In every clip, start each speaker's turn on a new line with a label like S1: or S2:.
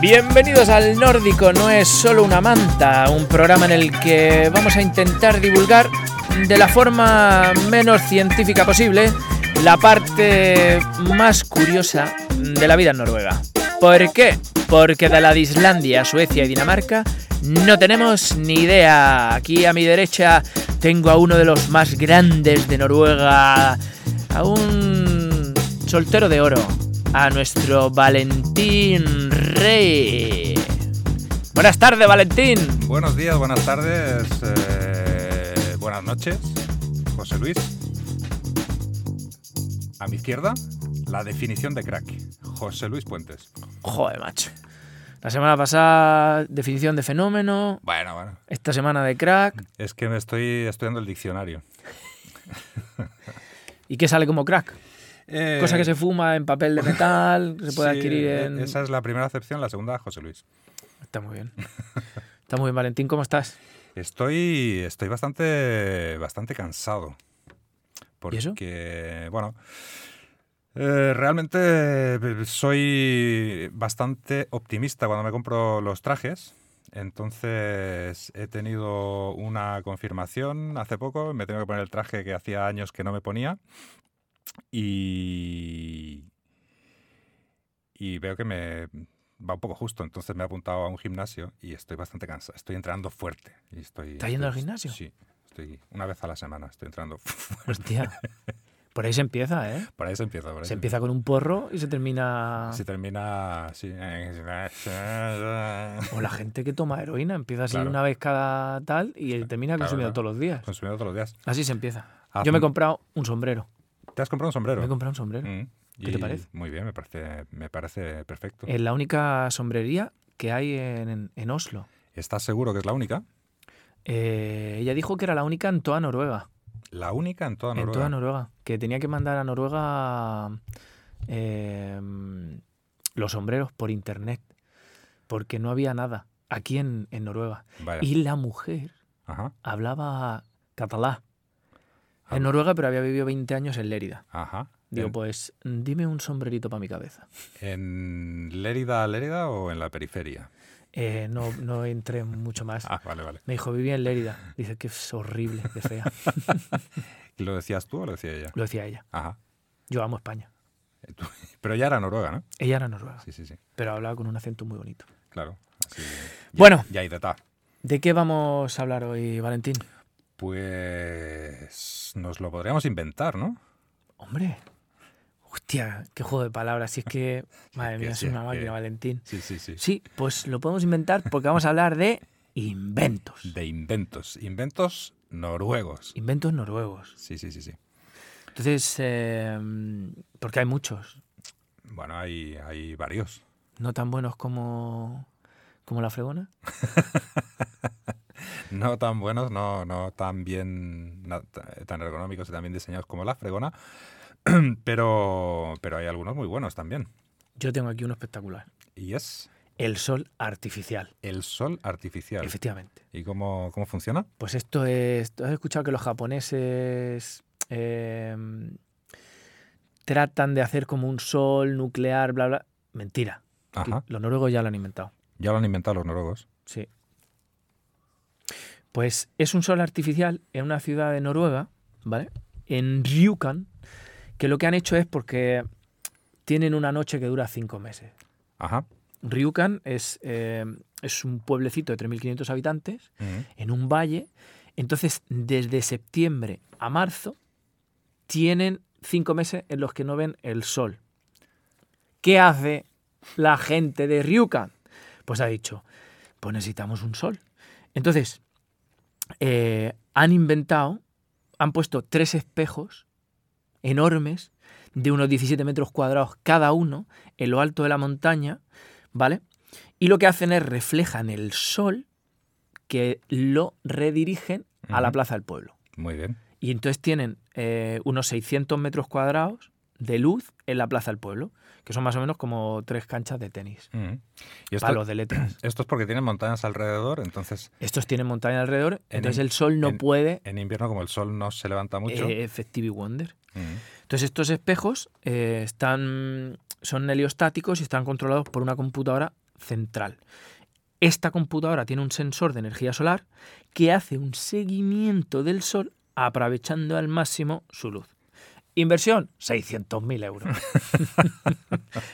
S1: Bienvenidos al Nórdico, no es solo una manta, un programa en el que vamos a intentar divulgar de la forma menos científica posible la parte más curiosa de la vida en Noruega. ¿Por qué? Porque de la de Islandia, Suecia y Dinamarca no tenemos ni idea. Aquí a mi derecha tengo a uno de los más grandes de Noruega, a un soltero de oro, a nuestro Valentín Rey. Buenas tardes, Valentín.
S2: Buenos días, buenas tardes, eh, buenas noches, José Luis. A mi izquierda, la definición de crack, José Luis Puentes.
S1: Joder, macho. La semana pasada, definición de fenómeno.
S2: Bueno, bueno,
S1: Esta semana de crack.
S2: es que me estoy estudiando el diccionario.
S1: ¿Y qué sale como crack?
S2: Eh,
S1: Cosa que se fuma en papel de metal, que se puede
S2: sí,
S1: adquirir
S2: eh,
S1: en.
S2: Esa es la primera acepción, la segunda, José Luis.
S1: Está muy bien. Está muy bien, Valentín, ¿cómo estás?
S2: Estoy, estoy bastante, bastante cansado. Porque,
S1: ¿Y eso?
S2: bueno, eh, realmente eh, soy bastante optimista cuando me compro los trajes. Entonces he tenido una confirmación hace poco. Me tengo que poner el traje que hacía años que no me ponía. Y, y veo que me va un poco justo, entonces me he apuntado a un gimnasio y estoy bastante cansado. Estoy entrenando fuerte. Y estoy,
S1: ¿Estás yendo
S2: estoy-
S1: al gimnasio?
S2: Sí, estoy una vez a la semana, estoy entrando.
S1: Hostia. Por ahí se empieza, ¿eh?
S2: Por ahí se empieza. por ahí
S1: Se empieza con un porro y se termina.
S2: Se termina así.
S1: O la gente que toma heroína empieza así
S2: Claro.
S1: una vez cada tal y termina
S2: Claro, Ah,
S1: consumiendo
S2: claro.
S1: todos los días.
S2: Consumiendo todos los días.
S1: Así se empieza.
S2: Haz
S1: Yo me he
S2: un-
S1: comprado un sombrero.
S2: ¿Te has comprado un sombrero?
S1: Me he comprado un sombrero.
S2: Mm,
S1: ¿Qué te
S2: y
S1: parece? Eh.
S2: Muy bien, me parece, me parece perfecto.
S1: Es la única sombrería que hay en, en- en Oslo.
S2: ¿Estás seguro que es la única?
S1: Eh, ella dijo que era la única en toda Noruega.
S2: La única en toda
S1: en
S2: Noruega.
S1: toda Noruega. Que tenía que mandar a Noruega eh, los sombreros por internet. Porque no había nada aquí en, en Noruega.
S2: Vaya,
S1: Y la mujer
S2: Ajá,
S1: hablaba catalán.
S2: Ah.
S1: En Noruega, pero había vivido 20 años en Lérida.
S2: ajá.
S1: Digo,
S2: En-
S1: pues dime un sombrerito para mi cabeza.
S2: ¿En Lérida, Lérida o en la periferia?
S1: Eh, no, no entré mucho más.
S2: Ah, vale, vale.
S1: Me dijo, vivía en Lérida. Dice que es horrible, de fea.
S2: ¿Lo decías tú o lo decía ella?
S1: Lo decía ella.
S2: Ajá.
S1: Yo amo España.
S2: Tú- Pero ya era noruega, ¿no?
S1: Ella era noruega,
S2: Sí, sí, sí.
S1: pero hablaba con un acento muy bonito.
S2: Claro. Así,
S1: Bueno.
S2: Ya y de ta.
S1: ¿De qué vamos a hablar hoy, Valentín?
S2: Pues nos lo podríamos inventar, ¿no?
S1: Hombre, hostia, qué juego de palabras. Si es que, madre
S2: que
S1: mía,
S2: sí,
S1: es
S2: es
S1: una máquina,
S2: que-
S1: Valentín.
S2: Sí, sí, sí.
S1: Sí, pues lo podemos inventar porque vamos a hablar de inventos.
S2: De inventos. Inventos noruegos.
S1: Inventos noruegos.
S2: Sí, sí, sí, sí.
S1: Entonces, eh, porque hay muchos,
S2: Bueno, hay, hay varios.
S1: no tan buenos como, como la fregona.
S2: No tan buenos, no, no tan bien, na- ta- tan ergonómicos y tan bien diseñados como la fregona, pero, pero hay algunos muy buenos también.
S1: Yo tengo aquí uno espectacular.
S2: Y es
S1: El sol artificial,
S2: el sol artificial.
S1: efectivamente.
S2: ¿Y cómo, cómo funciona?
S1: Pues esto es. ¿Has escuchado que los japoneses eh, tratan de hacer como un sol nuclear, bla, bla? Mentira. Aquí
S2: Ajá.
S1: Los noruegos ya lo han inventado.
S2: Ya lo han inventado los noruegos.
S1: Sí. Pues es un sol artificial en una ciudad de Noruega, ¿vale? En Ryukan, que lo que han hecho es porque tienen una noche que dura cinco meses.
S2: Ajá.
S1: Ryukan es, eh, es un pueblecito de 3.500 habitantes
S2: Ujú.
S1: en un valle. Entonces, desde septiembre a marzo, tienen cinco meses en los que no ven el sol. ¿Qué hace la gente de Ryukan? Pues ha dicho, pues necesitamos un sol. Entonces, eh, han inventado, han puesto tres espejos enormes de unos 17 metros cuadrados cada uno en lo alto de la montaña, ¿vale? Y lo que hacen es reflejan el sol que lo redirigen a la
S2: Ujú.
S1: plaza del pueblo.
S2: Muy bien.
S1: Y entonces tienen eh, unos 600 metros cuadrados de luz en la Plaza del Pueblo, que son más o menos como tres canchas de tenis,
S2: Mm. Y esto,
S1: palos de letras.
S2: esto es porque tienen montañas alrededor, entonces
S1: Estos tienen montaña alrededor,
S2: En
S1: entonces
S2: in-
S1: el sol no
S2: en
S1: puede
S2: en invierno como el sol no se levanta mucho.
S1: eh, Effective Wonder.
S2: Mm.
S1: Entonces estos espejos eh, están, son heliostáticos y están controlados por una computadora central. Esta computadora tiene un sensor de energía solar que hace un seguimiento del sol aprovechando al máximo su luz. Inversión, 600.000 euros.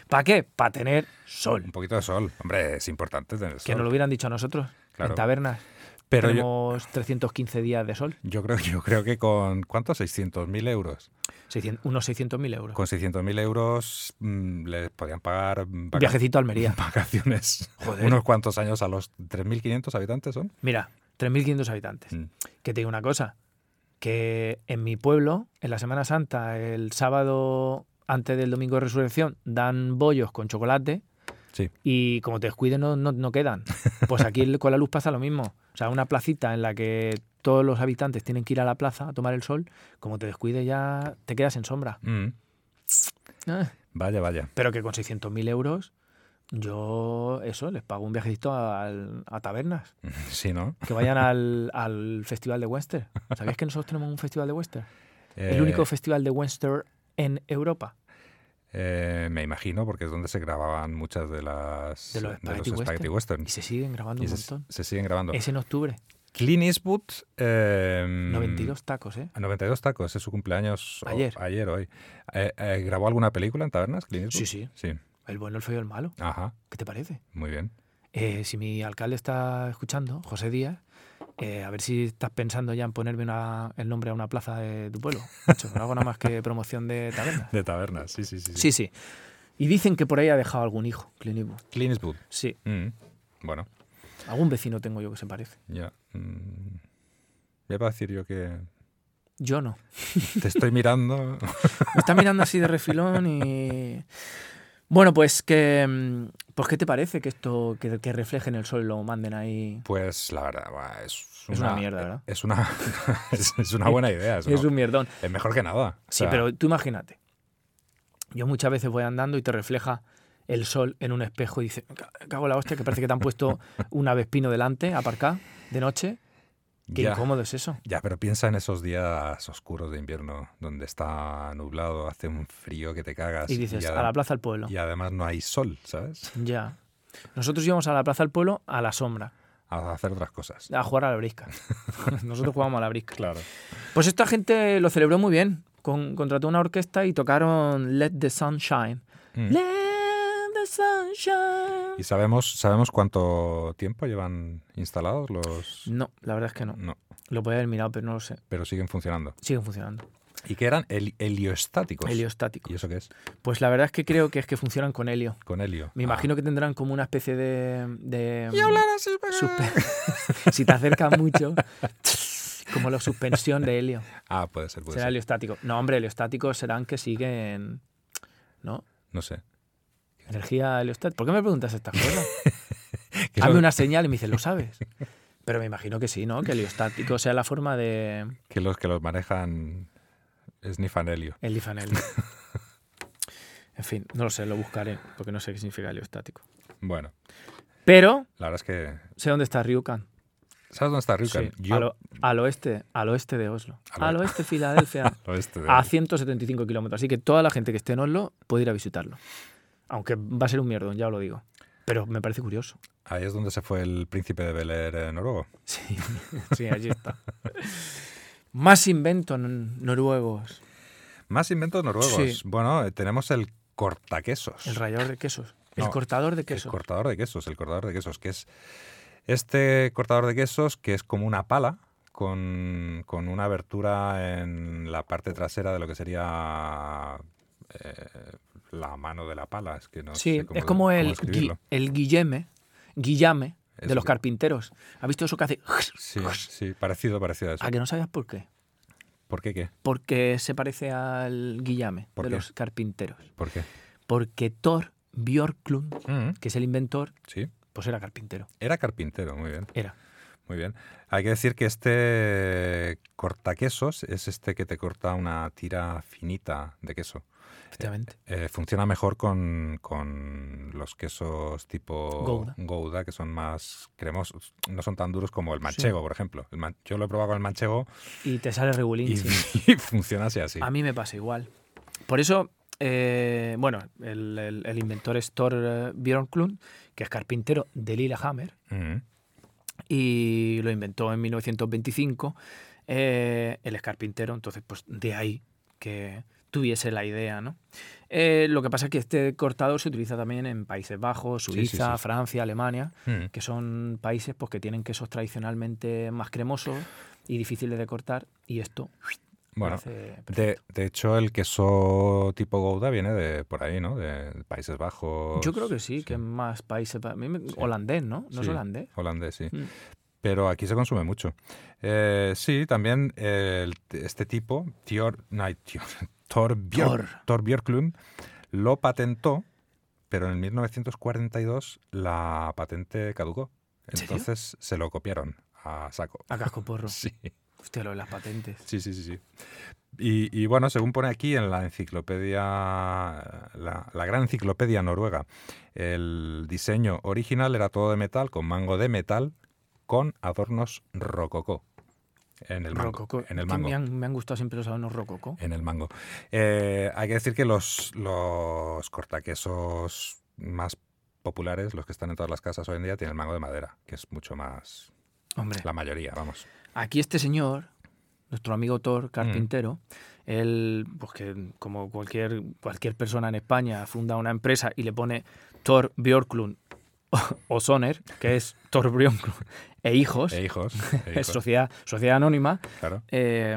S1: ¿Para qué? Para tener sol.
S2: Un poquito de sol, hombre, es importante tener sol.
S1: Que nos lo hubieran dicho a nosotros
S2: Claro.
S1: en tabernas.
S2: Pero yo,
S1: Tenemos 315 días de sol,
S2: yo creo, yo creo que con, ¿cuánto? 600.000 euros.
S1: 600 unos 600.000 euros.
S2: Con 600.000 euros mm, les podían pagar mm, vaca-
S1: Viajecito a Almería.
S2: vacaciones
S1: Joder.
S2: unos cuantos años a los 3.500 habitantes son.
S1: Mira, 3.500 habitantes.
S2: Mm.
S1: Que te digo una cosa, que en mi pueblo, en la Semana Santa, el sábado antes del Domingo de Resurrección, dan bollos con chocolate
S2: Sí.
S1: y como te descuiden no, no, no quedan. Pues aquí con la luz pasa lo mismo. O sea, una placita en la que todos los habitantes tienen que ir a la plaza a tomar el sol, como te descuide ya te quedas en sombra.
S2: Mm.
S1: Ah.
S2: Vaya, vaya.
S1: Pero que con 600.000 euros yo eso, les pago un viajecito al- a tabernas.
S2: Sí, ¿no?
S1: Que vayan al, al festival de Western. ¿Sabías que nosotros tenemos un festival de Western? El
S2: Eh,
S1: único festival de Western en Europa.
S2: eh, me imagino, porque es donde se grababan muchas de las
S1: De los Spaghetti
S2: Spaghetti
S1: Y
S2: Westerns.
S1: se siguen grabando
S2: Y
S1: un
S2: se,
S1: montón.
S2: se siguen grabando.
S1: Es en octubre.
S2: Clint Eastwood.
S1: Mm.
S2: em,
S1: 92 tacos, ¿eh?
S2: a 92 tacos, es su cumpleaños o-
S1: Ayer.
S2: ayer hoy. Eh, eh, ¿Grabó alguna película en tabernas, Clint
S1: Sí,
S2: Eastwood?
S1: sí.
S2: Sí,
S1: El bueno, el feo y el malo.
S2: ajá,
S1: ¿Qué te parece?
S2: muy bien.
S1: Eh, si mi alcalde está escuchando, José Díaz, eh, a ver si estás pensando ya en ponerme una- el nombre a una plaza de tu pueblo. Macho, no hago nada más que promoción de tabernas.
S2: De tabernas, sí, sí, sí.
S1: Sí, sí. Y dicen que por ahí ha dejado algún hijo, Clint Eastwood.
S2: Clint Eastwood.
S1: Sí,
S2: Mm, Bueno,
S1: algún vecino tengo yo que se parece.
S2: ya. mm, ya para decir yo que
S1: Yo no.
S2: te estoy mirando.
S1: Me está mirando así de refilón y. Bueno, pues que. mm, Pues, ¿qué te parece que esto que, que reflejen el sol y lo manden ahí?
S2: Pues la verdad, buah, es una,
S1: Es una mierda, ¿verdad?
S2: Es una, es, es una buena idea. Es,
S1: Es
S2: una-
S1: un mierdón.
S2: es mejor que nada. O
S1: Sí,
S2: sea,
S1: pero tú imagínate. Yo muchas veces voy andando y te refleja el sol en un espejo y dices, "Ca- cago en la hostia, que parece que te han puesto un avespino delante, aparcado, de noche. Qué
S2: ya,
S1: incómodo es eso.
S2: ya, pero piensa en esos días oscuros de invierno donde está nublado, hace un frío que te cagas.
S1: Y dices,
S2: adem-
S1: a la plaza del pueblo.
S2: y además no hay sol, ¿sabes?
S1: Ya. Nosotros íbamos a la plaza del pueblo a la sombra,
S2: A hacer otras cosas.
S1: a jugar a la brisca. Nosotros jugábamos a la brisca.
S2: Claro.
S1: Pues esta gente lo celebró muy bien. Con- contrató una orquesta y tocaron Let the Sunshine.
S2: Mm.
S1: Let the Sunshine.
S2: ¿Y sabemos, sabemos cuánto tiempo llevan instalados los...?
S1: No, la verdad es que no.
S2: No,
S1: Lo podía haber mirado, pero no lo sé.
S2: pero siguen funcionando.
S1: Siguen funcionando.
S2: ¿Y que eran? Heli- heliostáticos.
S1: Heliostático.
S2: Pues, ¿Y eso qué es?
S1: Pues la verdad es que creo que es que funcionan con helio.
S2: Con helio. Ah.
S1: Me imagino que tendrán como una especie de. de mm,
S2: así,
S1: suspe- si te acercas mucho. Como la suspensión de helio.
S2: Ah, puede ser, puede
S1: Será
S2: ser.
S1: heliostático. No, hombre, heliostáticos serán que siguen. ¿No?
S2: No sé.
S1: Energía heliostática. ¿Por qué me preguntas estas cosas?
S2: Que
S1: Hazme
S2: lo-
S1: una señal y me dice, ¿lo sabes? Pero me imagino que sí, ¿no? Que heliostático sea la forma de
S2: Que los que los manejan sniffan helio.
S1: el lifanel. En fin, no lo sé, lo buscaré, porque no sé qué significa heliostático.
S2: Bueno,
S1: Pero
S2: la verdad es que...
S1: sé dónde está Ryukan.
S2: ¿Sabes dónde está Ryukan?
S1: Sí, al, o- al oeste, al oeste de Oslo.
S2: Al o-
S1: Al oeste de Filadelfia,
S2: al oeste de-
S1: a 175 kilómetros. Así que toda la gente que esté en Oslo puede ir a visitarlo. Aunque va a ser un mierdón, ya os lo digo. Pero me parece curioso.
S2: Ahí es donde se fue el príncipe de Bel Air eh, noruego.
S1: Sí, sí, allí está. Más inventos n- noruegos.
S2: Más inventos noruegos.
S1: Sí.
S2: Bueno, eh, tenemos el cortaquesos.
S1: El rallador de quesos. El
S2: No,
S1: cortador de
S2: El
S1: quesos.
S2: cortador de quesos, el cortador de quesos, que es este cortador de quesos que es como una pala con, con una abertura en la parte trasera de lo que sería eh, la mano de la pala. Es que no
S1: sí,
S2: sé cómo-
S1: es como
S2: cómo
S1: el, gui-
S2: describirlo.
S1: el guilleme, guillame
S2: Es
S1: de los
S2: que-
S1: carpinteros. ¿Has visto eso que hace?
S2: Sí, sí, parecido, parecido a eso.
S1: A que no sabías por qué.
S2: ¿Por qué qué?
S1: Porque se parece al guillame
S2: ¿Por
S1: de
S2: qué?
S1: los carpinteros.
S2: ¿Por qué?
S1: Porque Thor Björklund,
S2: Mm,
S1: que es el inventor,
S2: sí,
S1: pues era carpintero.
S2: era carpintero, muy bien.
S1: Era.
S2: Muy bien. Hay que decir que este cortaquesos es este que te corta una tira finita de queso.
S1: Efectivamente.
S2: Eh, funciona mejor con, con los quesos tipo
S1: Gouda.
S2: que son más cremosos. No son tan duros como el manchego, por ejemplo. El man- yo lo he probado con el manchego
S1: Y te sale regulín.
S2: y,
S1: sí.
S2: y funciona así. así.
S1: A mí me pasa igual. Por eso, eh, bueno, el, el- el inventor es Thor eh, Björklund, que es carpintero de Lillehammer
S2: Mm.
S1: y lo inventó en 1925. eh, él es carpintero, entonces pues de ahí que tuviese la idea, ¿no? Eh, lo que pasa es que este cortador se utiliza también en Países Bajos,
S2: Sí, sí,
S1: Suiza,
S2: sí, sí.
S1: Francia, Alemania,
S2: Mm.
S1: que son países pues, que tienen quesos tradicionalmente más cremosos y difíciles de cortar, y esto lo
S2: Bueno,
S1: hace
S2: De,
S1: perfecto.
S2: de hecho, el queso tipo Gouda viene de por ahí, ¿no? De Países Bajos.
S1: Yo creo que sí, que en más países. pa- a mí me- Holandés, ¿no? No es
S2: Sí.
S1: holandés.
S2: Holandés, sí.
S1: Mm.
S2: Pero aquí se consume mucho. Eh, sí, también eh, el- este tipo, Thior, no, hay Thior, Thor, Björk-
S1: Thor.
S2: Thor Björklund, lo patentó, pero en 1942 la patente caducó.
S1: serio?
S2: Entonces se lo copiaron a saco.
S1: A casco porro.
S2: Sí.
S1: Hostia, lo de las patentes.
S2: Sí, sí, sí, sí. Y, y bueno, según pone aquí en la enciclopedia, la, la gran enciclopedia noruega, el diseño original era todo de metal, con mango de metal, con adornos rococó. En el mango.
S1: Rococó.
S2: En el
S1: Que
S2: mango.
S1: Me han, me han gustado siempre los adornos rococó.
S2: En el mango. Eh, hay que decir que los, los cortaquesos más populares, los que están en todas las casas hoy en día, tienen el mango de madera, que es mucho más.
S1: Hombre,
S2: La mayoría, vamos.
S1: aquí este señor, nuestro amigo Thor, carpintero,
S2: Mm.
S1: él, pues que como cualquier, cualquier persona en España, funda una empresa y le pone Thor Björklund o- o Soner, que es Thor Björklund, e hijos,
S2: E hijos. e
S1: es
S2: hijos,
S1: sociedad, sociedad anónima,
S2: claro.
S1: eh,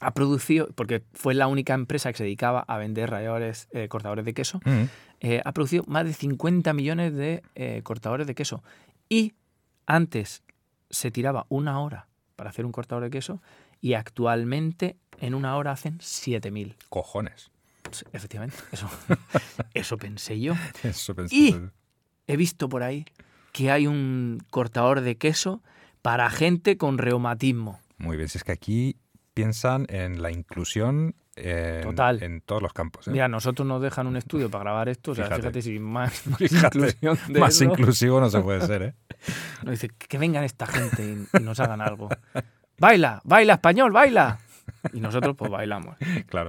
S1: ha producido, porque fue la única empresa que se dedicaba a vender ralladores, eh, cortadores de queso,
S2: Mm.
S1: eh, ha producido más de 50 millones de eh, cortadores de queso. Y antes se tiraba una hora para hacer un cortador de queso y actualmente en una hora hacen 7.000.
S2: Cojones.
S1: Sí, Efectivamente, eso, eso pensé yo.
S2: Eso pensé.
S1: Y- He visto por ahí que hay un cortador de queso para gente con reumatismo.
S2: Muy bien, si es que aquí piensan en la inclusión en,
S1: Total.
S2: en todos los campos. ¿eh?
S1: Mira, nosotros nos dejan un estudio para grabar esto, o sea,
S2: Fíjate.
S1: fíjate, si más, más
S2: Fíjate,
S1: inclusión de
S2: Más
S1: eso,
S2: inclusivo no se puede ser, ¿eh?
S1: nos dice, que vengan esta gente y, y nos hagan algo. Baila, baila español, baila. Y nosotros pues bailamos.
S2: Claro.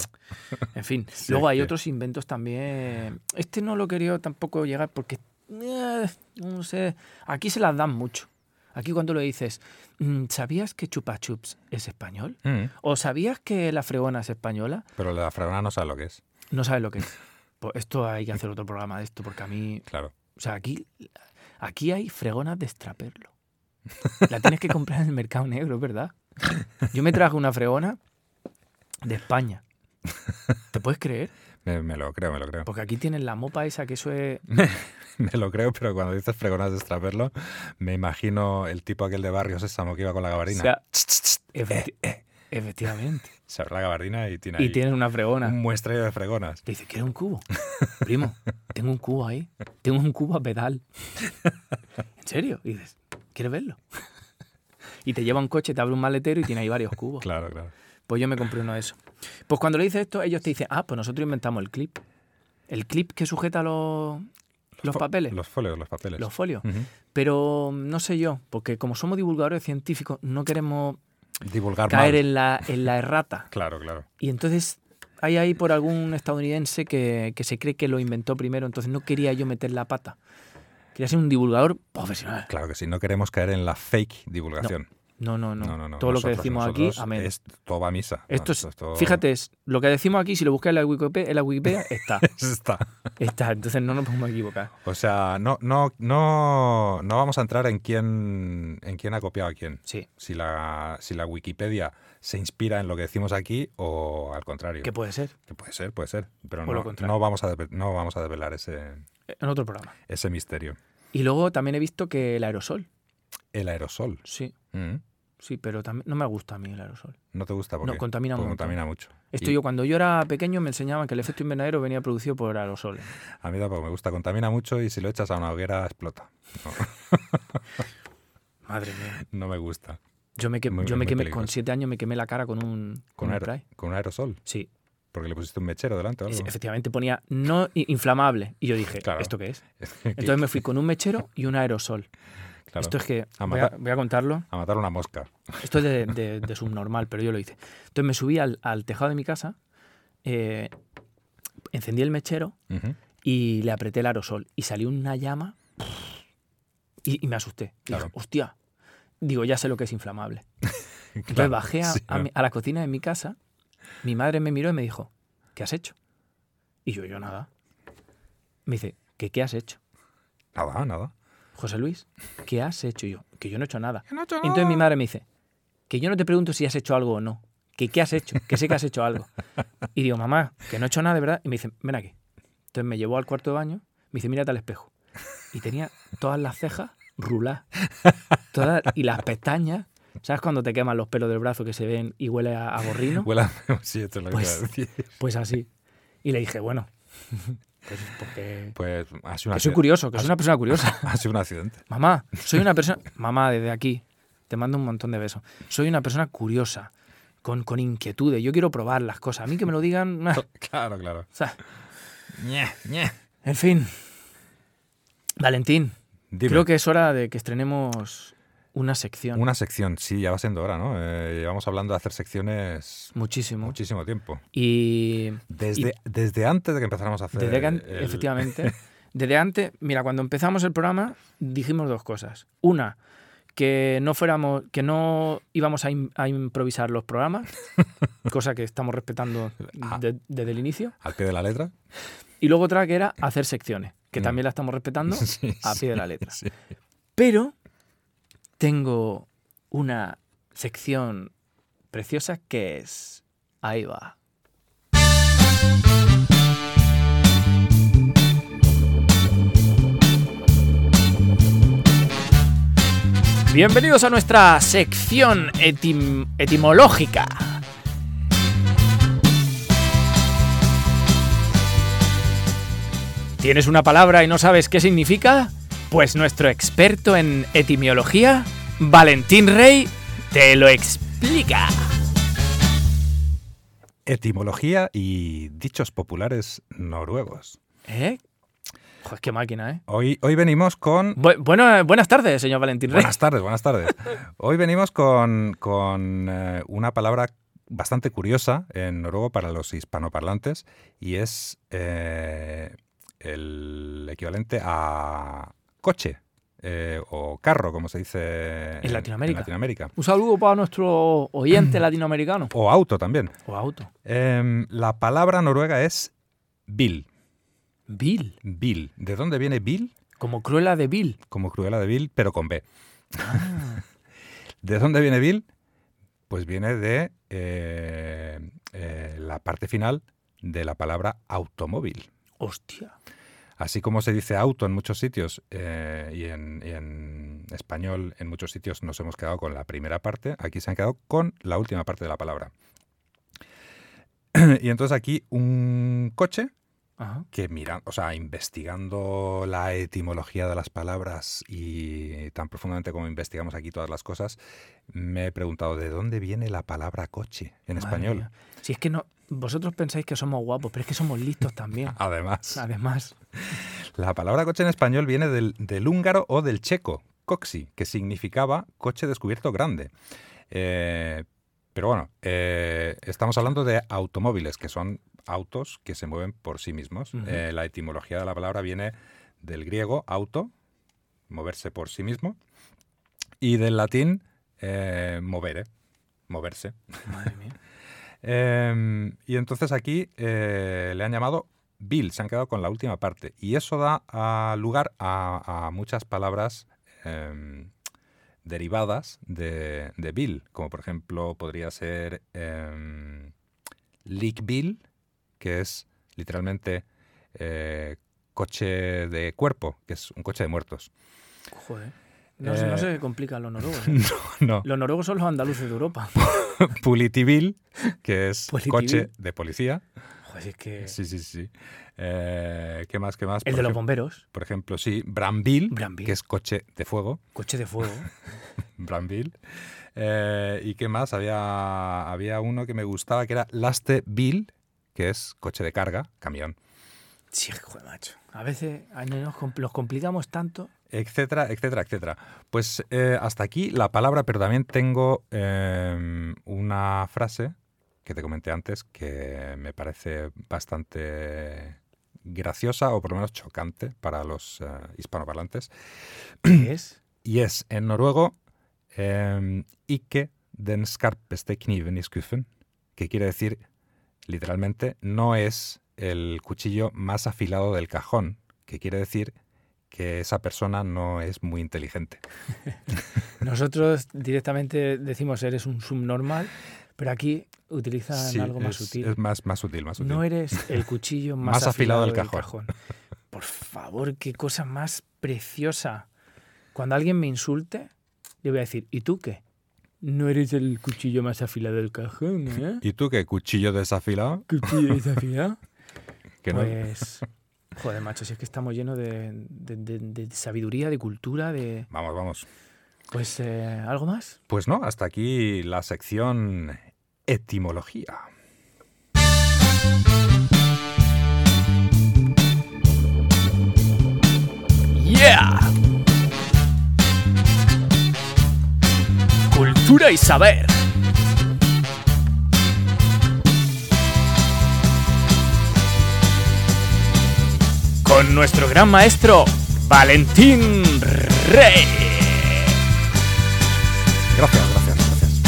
S1: En fin,
S2: Sí,
S1: luego
S2: es
S1: hay
S2: que-
S1: otros inventos también. Este no lo quería tampoco llegar porque eh, no sé, aquí se las dan mucho. Aquí cuando le dices, mm, ¿sabías que Chupa Chups es español?
S2: Mm,
S1: ¿O sabías que la fregona es española?
S2: Pero la fragona no sabe lo que es,
S1: No sabes lo que es. Pues esto hay que hacer otro programa de esto porque a mí
S2: claro.
S1: O sea, aquí, aquí hay fregonas de estraperlo. La tienes que comprar en el mercado negro, es ¿verdad? Yo me traje una fregona de España. ¿Te puedes creer?
S2: Me, me lo creo, me lo creo.
S1: Porque aquí tienen la mopa esa, que eso es...
S2: Me lo creo, pero cuando dices fregonas de extraperlo, me imagino el tipo aquel de barrio Sésamo que iba con la
S1: o
S2: gabardina.
S1: sea, efecti- efectivamente.
S2: se abre la gabardina y tiene Eh, ahí
S1: Y tienes una fregona.
S2: un muestreo de fregonas.
S1: Te dice, ¿quieres un cubo? Primo, tengo un cubo ahí. Tengo un cubo a pedal. ¿En serio? Y dices, ¿quieres verlo? Y te lleva un coche, te abre un maletero y tiene ahí varios cubos.
S2: Claro, claro.
S1: Pues yo me compré uno de esos. Pues cuando le dices esto, ellos te dicen, ah, pues nosotros inventamos el clip. El clip que sujeta los, los
S2: Fo-
S1: papeles, los,
S2: Los folios, Mm. los papeles.
S1: folios.
S2: Ujú.
S1: Pero mm, no sé yo, porque como somos divulgadores científicos, no queremos
S2: Divulgar
S1: caer
S2: mal.
S1: en la, en la errata.
S2: Claro, claro.
S1: Y entonces hay ahí por algún estadounidense que, que se cree que lo inventó primero, entonces no quería yo meter la pata. Quería ser un divulgador profesional.
S2: Claro que sí, no queremos caer en la fake divulgación.
S1: No, no, no.
S2: No, no, no.
S1: Todo lo que
S2: Nosotros-
S1: decimos aquí,
S2: nosotros
S1: amén.
S2: Es, todo va a misa.
S1: Esto es,
S2: Nosotros-
S1: fíjate, es, lo que decimos aquí, si lo buscas en la Wikipedia, en la Wikipedia está.
S2: Eso está.
S1: Está, entonces no nos podemos equivocar.
S2: O sea, no, no, no, no vamos a entrar en quién, en quién ha copiado a quién.
S1: Sí.
S2: Si la, si la Wikipedia se inspira en lo que decimos aquí o al contrario.
S1: Que puede ser,
S2: Que puede ser, puede ser. Pero
S1: O
S2: no,
S1: lo contrario.
S2: no vamos a, desve- no vamos a develar ese,
S1: en otro programa.
S2: ese misterio.
S1: Y luego también he visto que el aerosol.
S2: El aerosol.
S1: Sí,
S2: Mm.
S1: sí, pero también no me gusta a mí el aerosol.
S2: ¿No te gusta? Porque
S1: No, Pues contamina un montón.
S2: contamina mucho.
S1: Esto
S2: Y
S1: yo cuando yo era pequeño me enseñaban que el efecto invernadero venía producido por aerosoles.
S2: A mí tampoco me gusta. Contamina mucho y si lo echas a una hoguera explota. No.
S1: Madre mía.
S2: No me gusta.
S1: Yo me, que-
S2: Muy-
S1: yo me
S2: muy
S1: quemé,
S2: peligroso.
S1: con siete años me quemé la cara con un,
S2: Con,
S1: un
S2: aer-
S1: spray.
S2: con un aerosol,
S1: Sí,
S2: porque le pusiste un mechero delante o
S1: y
S2: algo.
S1: sí, efectivamente ponía no i- inflamable. Y yo dije,
S2: Claro.
S1: ¿esto qué es?
S2: Que-
S1: Entonces me fui con un mechero y un aerosol.
S2: claro,
S1: Esto es que,
S2: A
S1: voy a,
S2: matar.
S1: voy a contarlo,
S2: A matar una mosca.
S1: esto es de, de- de subnormal, pero yo lo hice. Entonces me subí al, al tejado de mi casa, eh, encendí el mechero
S2: Ujú.
S1: y le apreté el aerosol y salió una llama y, y me asusté. Y
S2: Claro.
S1: Dije, hostia, digo, ya sé lo que es inflamable. Entonces
S2: Claro,
S1: bajé a,
S2: sí,
S1: a
S2: ¿no?
S1: mi- a la cocina de mi casa, mi madre me miró y me dijo, ¿qué has hecho? Y yo, yo nada. Me dice, ¿qué, qué has hecho?
S2: Nada, nada.
S1: José Luis, ¿qué has hecho? Y yo, que yo no he hecho nada.
S2: No he hecho
S1: Y entonces mi madre me dice, que yo no te pregunto si has hecho algo o no, que qué has hecho, que sé que has hecho algo. Y digo, mamá, que no he hecho nada de verdad. Y me dice, ven aquí. Entonces me llevó al cuarto de baño, me dice, mírate al espejo. Y tenía todas las cejas ruladas. Todas, y las pestañas. ¿Sabes cuando te queman los pelos del brazo que se ven y huele a, a gorrino?
S2: Huele a- sí, esto es lo que
S1: Pues-
S2: iba a decir.
S1: Pues así. Y le dije, bueno, pues porque...
S2: Pues ha sido, un
S1: Que soy
S2: accidente.
S1: curioso, que soy una persona curiosa.
S2: ha sido un accidente.
S1: Mamá, soy una persona. Mamá, desde aquí, te mando un montón de besos. Soy una persona curiosa, con, con inquietudes. Yo quiero probar las cosas. A mí que me lo digan. ah, o
S2: Claro, claro.
S1: sea,
S2: Ñe, Ñe.
S1: en fin. Valentín,
S2: Dime,
S1: creo que es hora de que estrenemos una sección.
S2: una sección, sí, ya va siendo hora, ¿no? Eh, llevamos hablando de hacer secciones
S1: Muchísimo.
S2: muchísimo tiempo.
S1: Y.
S2: Desde, desde antes de que empezáramos a hacer.
S1: Desde que an-
S2: el-
S1: Efectivamente. Desde antes, mira, cuando empezamos el programa dijimos dos cosas. Una, que no fuéramos, que no íbamos a, im- a improvisar los programas, cosa que estamos respetando
S2: Ah.
S1: de- desde el inicio.
S2: Al pie de la letra.
S1: Y luego otra que era hacer secciones, que
S2: Mm.
S1: también la estamos respetando
S2: Sí,
S1: a
S2: sí,
S1: pie de la letra.
S2: sí.
S1: Pero tengo una sección preciosa que es... Ahí va. Bienvenidos a nuestra sección etim- etimológica. ¿Tienes una palabra y no sabes qué significa? Pues nuestro experto en etimología, Valentín Rey, te lo explica.
S2: Etimología y dichos populares noruegos.
S1: ¿Eh? Joder, qué máquina, ¿eh?
S2: Hoy, hoy venimos con.
S1: Bu- bueno, eh, buenas tardes, señor Valentín Rey.
S2: Buenas tardes, buenas tardes. Hoy venimos con, con, eh, una palabra bastante curiosa en noruego para los hispanoparlantes y es eh, el equivalente a coche eh, o carro, como se dice
S1: En Latinoamérica.
S2: Latinoamérica.
S1: Un saludo para nuestro oyente latinoamericano.
S2: O auto también.
S1: O auto.
S2: Em, la palabra noruega es bil.
S1: Bill.
S2: Bil. ¿De dónde viene bil?
S1: Como Cruella de Bill.
S2: como Cruella de Vil, pero con B. ¿De dónde viene Vil? Pues viene de eh, eh, la parte final de la palabra automóvil.
S1: Hostia.
S2: Así como se dice auto en muchos sitios eh, y, en, y en español en muchos sitios nos hemos quedado con la primera parte, aquí se han quedado con la última parte de la palabra. y entonces aquí un coche
S1: Ajá.
S2: que mira, o sea, investigando la etimología de las palabras y tan profundamente como investigamos aquí todas las cosas, me he preguntado de dónde viene la palabra coche en
S1: Madre
S2: español.
S1: mía. Si es que no, vosotros pensáis que somos guapos, pero es que somos listos también.
S2: Además,
S1: Además.
S2: la palabra coche en español viene del, del húngaro o del checo, coxi, que significaba coche descubierto grande. Eh, pero bueno, eh, estamos hablando de automóviles, que son autos que se mueven por sí mismos.
S1: Ujú.
S2: Eh, la etimología de la palabra viene del griego auto, moverse por sí mismo, y del latín eh, movere, moverse.
S1: Madre mía.
S2: Em, y entonces aquí eh, le han llamado Bill, se han quedado con la última parte. Y eso da ah, lugar a, a muchas palabras em, derivadas de, de Bill, como por ejemplo podría ser em, Leak Bill, que es literalmente eh, coche de cuerpo, que es un coche de muertos.
S1: Joder. No, se- no
S2: Eh.
S1: se complican los noruegos. ¿eh?
S2: No, no.
S1: Los noruegos son los andaluces de Europa.
S2: Politibil, que es
S1: Politibil.
S2: coche de policía.
S1: Pues es que.
S2: Sí, sí, sí. Eh, ¿Qué más, qué más?
S1: El
S2: Por
S1: de los
S2: ejem-
S1: bomberos,
S2: Por ejemplo, sí, Branville,
S1: Branville.
S2: que es coche de fuego,
S1: coche de fuego.
S2: Branville. Eh, ¿Y qué más? Había, había uno que me gustaba que era Lasteville, que es coche de carga, camión,
S1: sí, joder, macho. A veces ay, no nos compl- los complicamos tanto.
S2: etcétera, etcétera, etcétera. Pues eh, hasta aquí la palabra, pero también tengo eh, una frase que te comenté antes que me parece bastante graciosa o por lo menos chocante para los eh, hispanoparlantes.
S1: ¿Qué es?
S2: Y es en noruego eh, ikke den skarpeste kniven i skuffen, que quiere decir literalmente no es el cuchillo más afilado del cajón, que quiere decir que esa persona no es muy inteligente.
S1: Nosotros directamente decimos eres un subnormal, pero aquí utilizan
S2: Sí,
S1: algo más
S2: es,
S1: sutil.
S2: es más, más sutil, más sutil.
S1: No eres el cuchillo más,
S2: Más afilado del
S1: cajón. Por favor, qué cosa más preciosa. Cuando alguien me insulte, le voy a decir, ¿y tú qué? No eres el cuchillo más afilado del cajón, ¿eh?
S2: ¿Y tú qué cuchillo desafilado?
S1: ¿Cuchillo desafilado?
S2: Que no-
S1: pues, joder, macho, si es que estamos llenos de, de- de- de sabiduría, de cultura, de...
S2: Vamos, vamos.
S1: Pues, eh, ¿algo más?
S2: Pues no, hasta aquí la sección etimología.
S1: ¡Yeah! Cultura y saber. Con nuestro gran maestro, Valentín Rey.
S2: Gracias, gracias, gracias.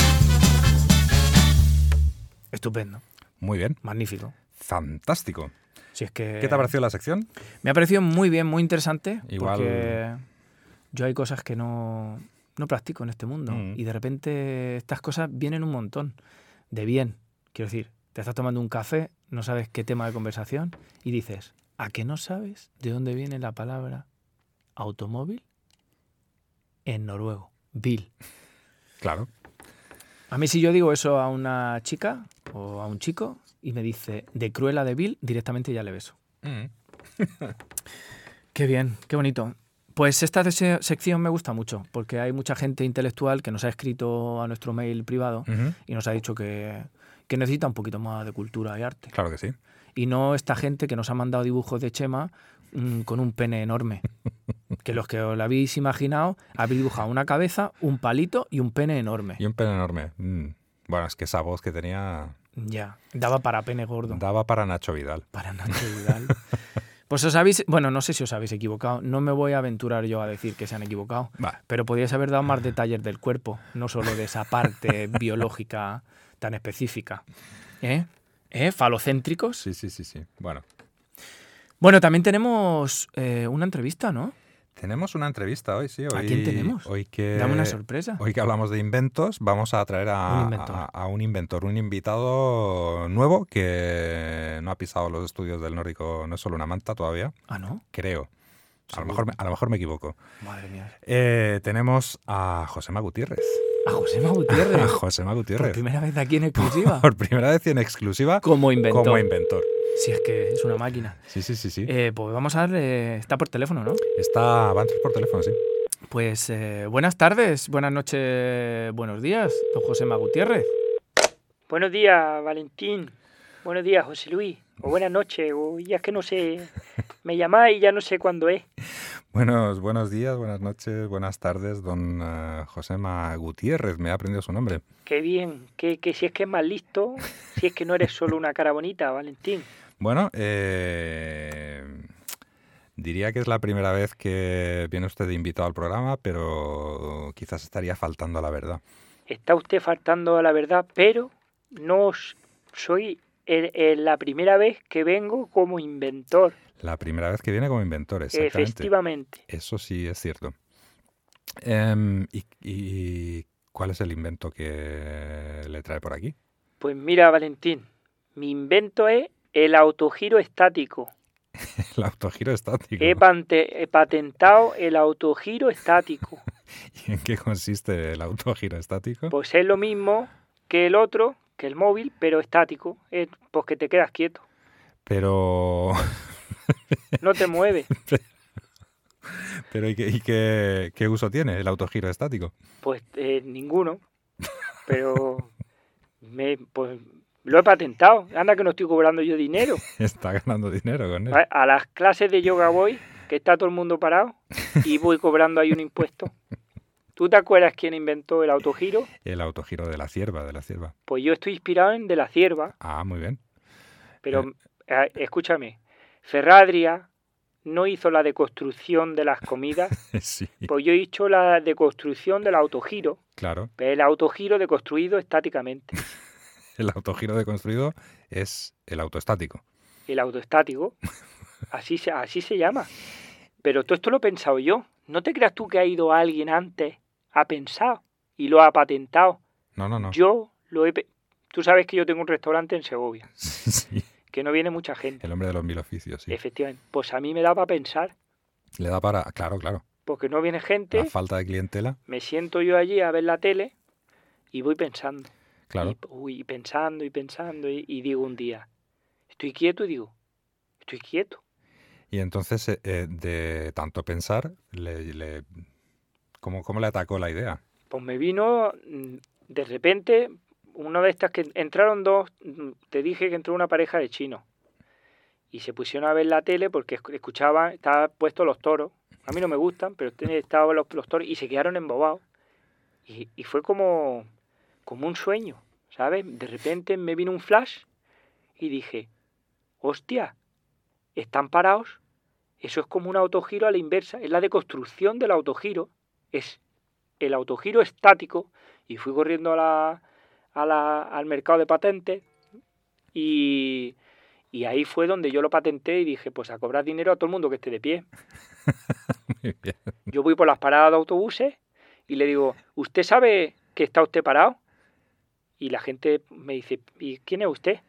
S1: Estupendo,
S2: Muy bien,
S1: magnífico.
S2: fantástico.
S1: Si es que
S2: ¿Qué te ha parecido la sección?
S1: Me ha parecido muy bien, muy interesante.
S2: Igual-
S1: Porque yo hay cosas que no, no practico en este mundo.
S2: Mm.
S1: Y de repente estas cosas vienen un montón de bien. Quiero decir, te estás tomando un café, no sabes qué tema de conversación y dices, ¿a que no sabes de dónde viene la palabra automóvil? En noruego, bil.
S2: Claro.
S1: A mí si yo digo eso a una chica o a un chico y me dice, de cruela de bil, directamente ya le beso.
S2: Mm.
S1: Qué bien, qué bonito. Pues esta se- sección me gusta mucho, porque hay mucha gente intelectual que nos ha escrito a nuestro mail privado
S2: Ujú,
S1: y nos ha dicho que, que necesita un poquito más de cultura y arte.
S2: Claro que sí.
S1: Y no esta gente que nos ha mandado dibujos de Chema mm, con un pene enorme. Que los que os lo habéis imaginado, habéis dibujado una cabeza, un palito y un pene enorme.
S2: Y un pene enorme. Mm. Bueno, es que esa voz que tenía
S1: Ya, daba para pene gordo.
S2: daba para Nacho Vidal.
S1: para Nacho Vidal. Pues os habéis, bueno, no sé si os habéis equivocado, no me voy a aventurar yo a decir que se han equivocado,
S2: Vale.
S1: pero podríais haber dado más detalles del cuerpo, no solo de esa parte biológica tan específica. ¿Eh? ¿Eh? ¿Falocéntricos?
S2: Sí, sí, sí, sí. Bueno,
S1: Bueno, también tenemos eh, una entrevista, ¿no?
S2: tenemos una entrevista hoy, sí. Hoy,
S1: quién tenemos?
S2: Hoy que,
S1: Dame una sorpresa.
S2: Hoy que hablamos de inventos, vamos a traer a
S1: Un inventor.
S2: a- a un inventor, un invitado nuevo que no ha pisado los estudios del nórdico, no es solo una manta todavía,
S1: Ah, ¿no?
S2: creo. A lo,
S1: Seguro.
S2: mejor, me- a lo mejor me equivoco.
S1: Madre mía.
S2: Eh, tenemos a Josema Gutiérrez.
S1: A Josema
S2: A
S1: Gutiérrez.
S2: Josema
S1: Por
S2: Gutiérrez.
S1: primera vez aquí en exclusiva.
S2: Por primera vez y en exclusiva
S1: Como inventor.
S2: como inventor.
S1: si es que es una máquina.
S2: Sí, sí, sí, sí.
S1: Eh, pues vamos a darle... Está por teléfono, ¿no?
S2: Está, va a entrar por teléfono, sí.
S1: Pues eh, buenas tardes, buenas noches, buenos días, don José Gutiérrez.
S3: Buenos días, Valentín. Buenos días, José Luis. O buenas noches, o ya es que no sé. Me llamáis y ya no sé cuándo es.
S2: Buenos, buenos días, buenas noches, buenas tardes, don eh, Josema Gutiérrez. Me ha aprendido su nombre.
S3: Qué bien, que, que si es que es más listo, si es que no eres solo una cara bonita, Valentín.
S2: Bueno, eh, diría que es la primera vez que viene usted invitado al programa, pero quizás estaría faltando a la verdad.
S3: Está usted faltando a la verdad, pero no os- soy el- el- la primera vez que vengo como inventor.
S2: La primera vez que viene como inventor, exactamente.
S3: Efectivamente.
S2: Eso sí es cierto. Em, y, y cuál es el invento que le trae por aquí?
S3: Pues mira, Valentín, mi invento es el autogiro estático.
S2: El autogiro estático.
S3: He pante- he patentado el autogiro estático.
S2: ¿Y en qué consiste el autogiro estático?
S3: Pues es lo mismo que el otro, que el móvil, pero estático, es pues que te quedas quieto.
S2: Pero.
S3: No te mueve.
S2: Pero ¿y, qué, y qué, qué uso tiene el autogiro estático?
S3: Pues eh, ninguno. Pero me, pues, lo he patentado. Anda que no estoy cobrando yo dinero.
S2: Está ganando dinero con él.
S3: A, a las clases de yoga voy, que está todo el mundo parado, y voy cobrando ahí un impuesto. ¿Tú te acuerdas quién inventó el autogiro?
S2: El autogiro de la sierva, de la sierva.
S3: Pues yo estoy inspirado en de la cierva.
S2: Ah, muy bien.
S3: Pero eh, escúchame, Ferradria no hizo la deconstrucción de las comidas.
S2: sí,
S3: Pues yo he hecho la deconstrucción del autogiro.
S2: claro.
S3: El autogiro deconstruido estáticamente.
S2: El autogiro deconstruido es el autoestático.
S3: el autoestático. Así se, así se llama. Pero todo esto lo he pensado yo. ¿No te creas tú que ha ido alguien antes, ha pensado y lo ha patentado?
S2: No, no, no.
S3: Yo lo he... pe- Tú sabes que yo tengo un restaurante en Segovia,
S2: Sí, sí.
S3: que no viene mucha gente.
S2: El hombre de los mil oficios, sí.
S3: Efectivamente. Pues a mí me da para pensar,
S2: Le da para, claro, claro.
S3: porque no viene gente,
S2: La falta de clientela,
S3: me siento yo allí a ver la tele y voy pensando.
S2: claro.
S3: Y, uy, y pensando y pensando y, y digo un día, estoy quieto y digo, estoy quieto.
S2: Y entonces, eh, eh, de tanto pensar, le, le- ¿cómo, cómo le atacó la idea?
S3: Pues me vino mm, de repente una de estas que entraron dos, mm, te dije que entró una pareja de chinos y se pusieron a ver la tele porque esc- escuchaban, estaban puestos los toros. A mí no me gustan, pero ten- estaban los, los toros y se quedaron embobados. Y, y fue como, como un sueño, ¿sabes? De repente me vino un flash y dije, hostia, están parados. Eso es como un autogiro a la inversa, es la deconstrucción del autogiro. Es el autogiro estático y fui corriendo a la, a la- al mercado de patentes y, y ahí fue donde yo lo patenté y dije, pues a cobrar dinero a todo el mundo que esté de pie.
S2: Muy bien.
S3: Yo voy por las paradas de autobuses y le digo, ¿usted sabe que está usted parado? Y la gente me dice, ¿y quién es usted?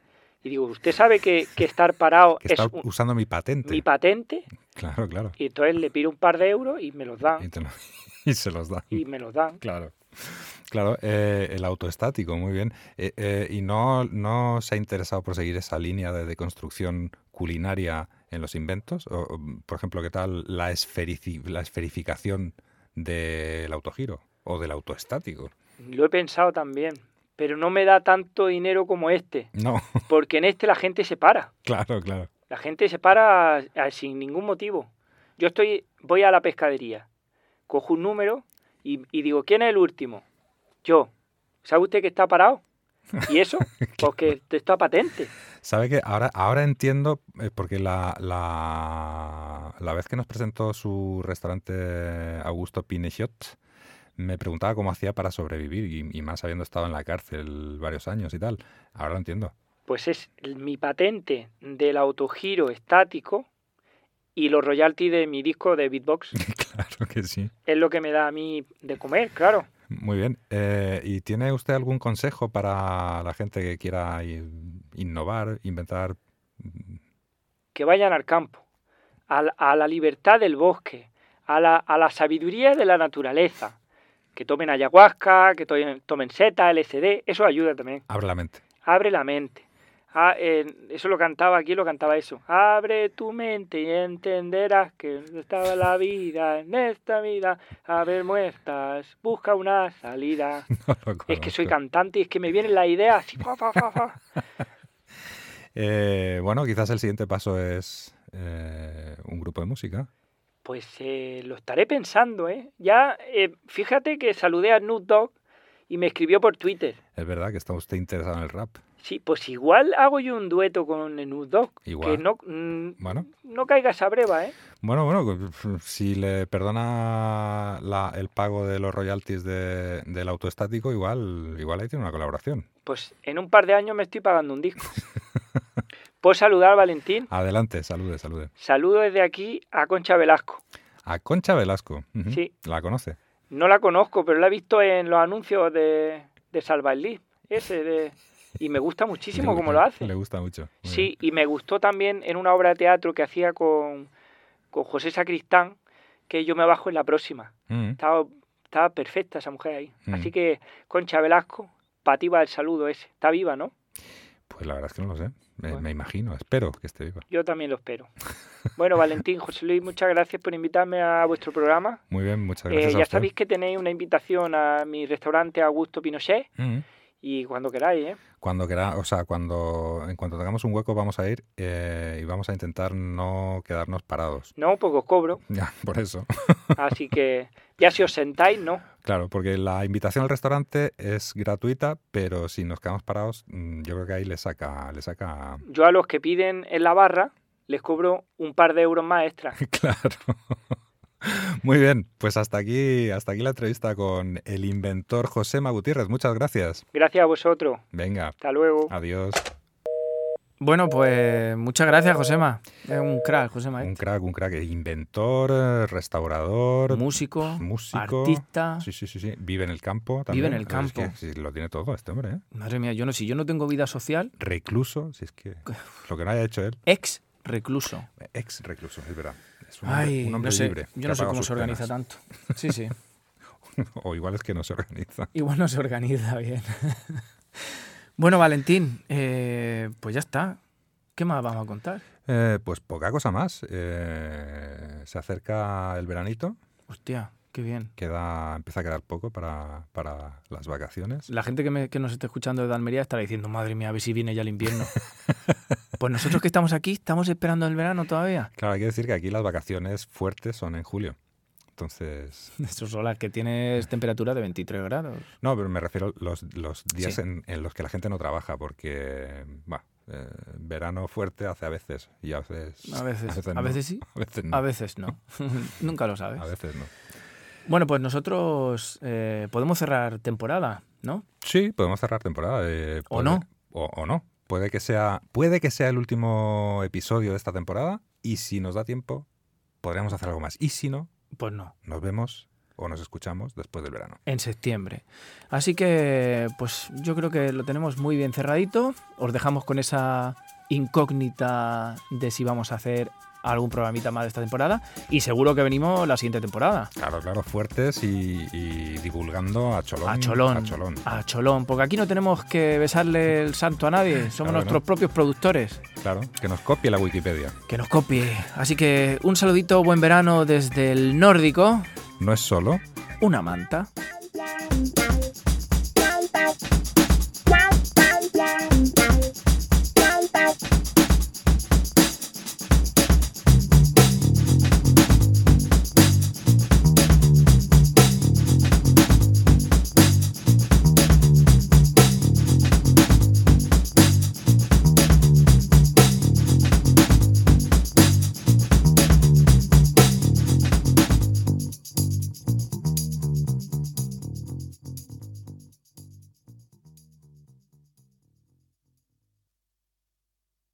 S3: Y digo, ¿usted sabe que, que estar parado
S2: Que está
S3: es un-
S2: usando mi patente.
S3: mi patente?
S2: Claro, claro.
S3: Y entonces le pido un par de euros y me los
S2: Y,
S3: dan.
S2: te lo- y se los da.
S3: Ah. Y me los dan.
S2: Claro. Claro, eh, el autoestático, muy bien. Eh, eh, ¿Y no, no se ha interesado por seguir esa línea de deconstrucción culinaria en los inventos? O, o, por ejemplo, ¿qué tal la, esferici- la esferificación del autogiro o del autoestático?
S3: Lo he pensado también, pero no me da tanto dinero como este,
S2: No,
S3: porque en este la gente se para.
S2: claro, claro.
S3: La gente se para ah, sin ningún motivo. Yo estoy, voy a la pescadería, cojo un número y, y digo, ¿quién es el último? Yo. ¿Sabe usted que está parado? ¿Y eso? Pues Porque está patente.
S2: ¿Sabe que ahora, ahora entiendo, eh, porque la, la, la vez que nos presentó su restaurante Augusto Pinechot, me preguntaba cómo hacía para sobrevivir y, y más habiendo estado en la cárcel varios años y tal. Ahora lo entiendo.
S3: Pues es el- mi patente del autogiro estático y los royalties de mi disco de beatbox.
S2: claro que sí.
S3: Es lo que me da a mí de comer, claro.
S2: Muy bien. Eh, ¿Y tiene usted algún consejo para la gente que quiera i- innovar, inventar? Mm,
S3: que vayan al campo, al- a, la libertad del bosque, a la, a la sabiduría de la naturaleza, que tomen ayahuasca, que to- tomen seta, LSD, eso ayuda también,
S2: Abre la mente.
S3: abre la mente. Ah, eh, eso lo cantaba, aquí lo cantaba eso. Abre tu mente y entenderás que no estaba la vida en esta vida. A ver, muertas, busca una salida.
S2: No lo
S3: Es que soy
S2: conozco.
S3: cantante y es que me vienen las ideas así. fa, fa, fa, fa.
S2: Eh, bueno, quizás el siguiente paso es eh, un grupo de música.
S3: Pues eh, lo estaré pensando, ¿eh? Ya, eh, fíjate que saludé a Snoop Dogg y me escribió por Twitter.
S2: Es verdad que está usted interesado en el rap.
S3: Sí, pues igual hago yo un dueto con Snoop Dogg.
S2: Igual.
S3: Que no, mm,
S2: Bueno,
S3: no caiga esa breva, ¿eh?
S2: bueno, bueno, si le perdona la- el pago de los royalties de- del autoestático, igual, igual ahí tiene una colaboración.
S3: Pues en un par de años me estoy pagando un disco. Puedo saludar a Valentín.
S2: Adelante, salude, salude.
S3: Saludo desde aquí a Concha Velasco.
S2: A Concha Velasco. ujú,
S3: Sí.
S2: La conoce.
S3: No la conozco, pero la he visto en los anuncios de, de Salva el Lis, ese de... Y me gusta muchísimo
S2: Le-
S3: cómo lo hace.
S2: Le gusta mucho. muy bien.
S3: Sí, y me gustó también en una obra de teatro que hacía con, con José Sacristán, que yo me bajo en la próxima.
S2: Mm,
S3: Estaba, estaba perfecta esa mujer ahí.
S2: Mm.
S3: Así que, Concha Velasco, para ti va el saludo ese. Está viva, ¿no?
S2: Pues la verdad es que no lo sé. Me,
S3: Bueno.
S2: me imagino, espero que esté viva.
S3: Yo también lo espero. Bueno, Valentín, José Luis, muchas gracias por invitarme a vuestro programa.
S2: Muy bien, muchas
S3: Eh,
S2: gracias. a
S3: ya
S2: usted.
S3: sabéis que tenéis una invitación a mi restaurante Augusto Pinochet
S2: Mm.
S3: y cuando queráis, ¿eh?
S2: Cuando querá, o sea, cuando en cuanto tengamos un hueco vamos a ir eh, y vamos a intentar no quedarnos parados.
S3: No, poco cobro.
S2: Ya, por eso.
S3: Así que ya si os sentáis, ¿no?
S2: Claro, porque la invitación al restaurante es gratuita, pero si nos quedamos parados, mm, yo creo que ahí le saca, le saca.
S3: Yo a los que piden en la barra les cobro un par de euros más extra.
S2: Claro. Muy bien, pues hasta aquí, hasta aquí la entrevista con el inventor Josema Gutiérrez. Muchas gracias.
S3: Gracias a vosotros.
S2: Venga,
S3: Hasta luego.
S2: adiós.
S1: Bueno, pues muchas gracias, Josema. Es un crack, Josema.
S2: Un
S1: este.
S2: crack, un crack. Inventor, eh, restaurador,
S1: Músico,
S2: músico.
S1: artista.
S2: Sí, sí, sí, sí. Vive en el campo también.
S1: en el
S2: O sea, es
S1: campo.
S2: que sí, lo tiene todo este hombre, ¿eh?
S1: Madre mía, yo no, si yo no tengo vida social,
S2: Recluso, si es que lo que no haya hecho él,
S1: ex recluso.
S2: ex recluso, es verdad. Es un hombre,
S1: Ay,
S2: un hombre
S1: no sé,
S2: libre. que
S1: yo no
S2: ha
S1: sé
S2: pagado
S1: cómo
S2: sus
S1: se organiza
S2: penas.
S1: tanto. Sí, sí.
S2: O igual es que no se organiza.
S1: Igual no se organiza bien. bueno, Valentín, eh, pues ya está. ¿Qué más vamos a contar?
S2: Eh, pues poca cosa más. Eh, se acerca el veranito,
S1: Hostia, qué bien.
S2: queda, empieza a quedar poco para, para las vacaciones.
S1: La gente que, me- que nos está escuchando desde Almería estará diciendo, madre mía, a ver si viene ya el invierno. pues nosotros que estamos aquí, estamos esperando el verano todavía.
S2: Claro, hay que decir que aquí las vacaciones fuertes son en julio. Entonces,
S1: Estos son las que tienes temperatura de 23 grados.
S2: No, pero me refiero a los, los días
S1: Sí.
S2: en, en los que la gente no trabaja, porque bah, eh, verano fuerte hace a veces y a veces.
S1: A veces,
S2: no,
S1: a veces sí,
S2: A veces no.
S1: a veces no. Nunca lo sabes.
S2: a veces no.
S1: Bueno, pues nosotros eh, podemos cerrar temporada, ¿no?
S2: Sí, podemos cerrar temporada. eh,
S1: ¿O
S2: puede-
S1: no?
S2: O, o no. Puede que, sea, puede que sea el último episodio de esta temporada y si nos da tiempo, podremos hacer algo más. Y si no,
S1: Pues no.
S2: nos vemos o nos escuchamos después del verano.
S1: en septiembre. Así que, pues yo creo que lo tenemos muy bien cerradito. Os dejamos con esa incógnita de si vamos a hacer algún programita más de esta temporada. Y seguro que venimos la siguiente temporada.
S2: Claro, claro, fuertes y, y divulgando a Cholón.
S1: A Cholón.
S2: A Cholón.
S1: A Cholón. Porque aquí no tenemos que besarle el santo a nadie. Somos
S2: Claro que
S1: nuestros
S2: no.
S1: propios productores.
S2: Claro, que nos copie la Wikipedia.
S1: Que nos copie. Así que un saludito, buen verano desde el nórdico.
S2: No es solo,
S1: Una manta.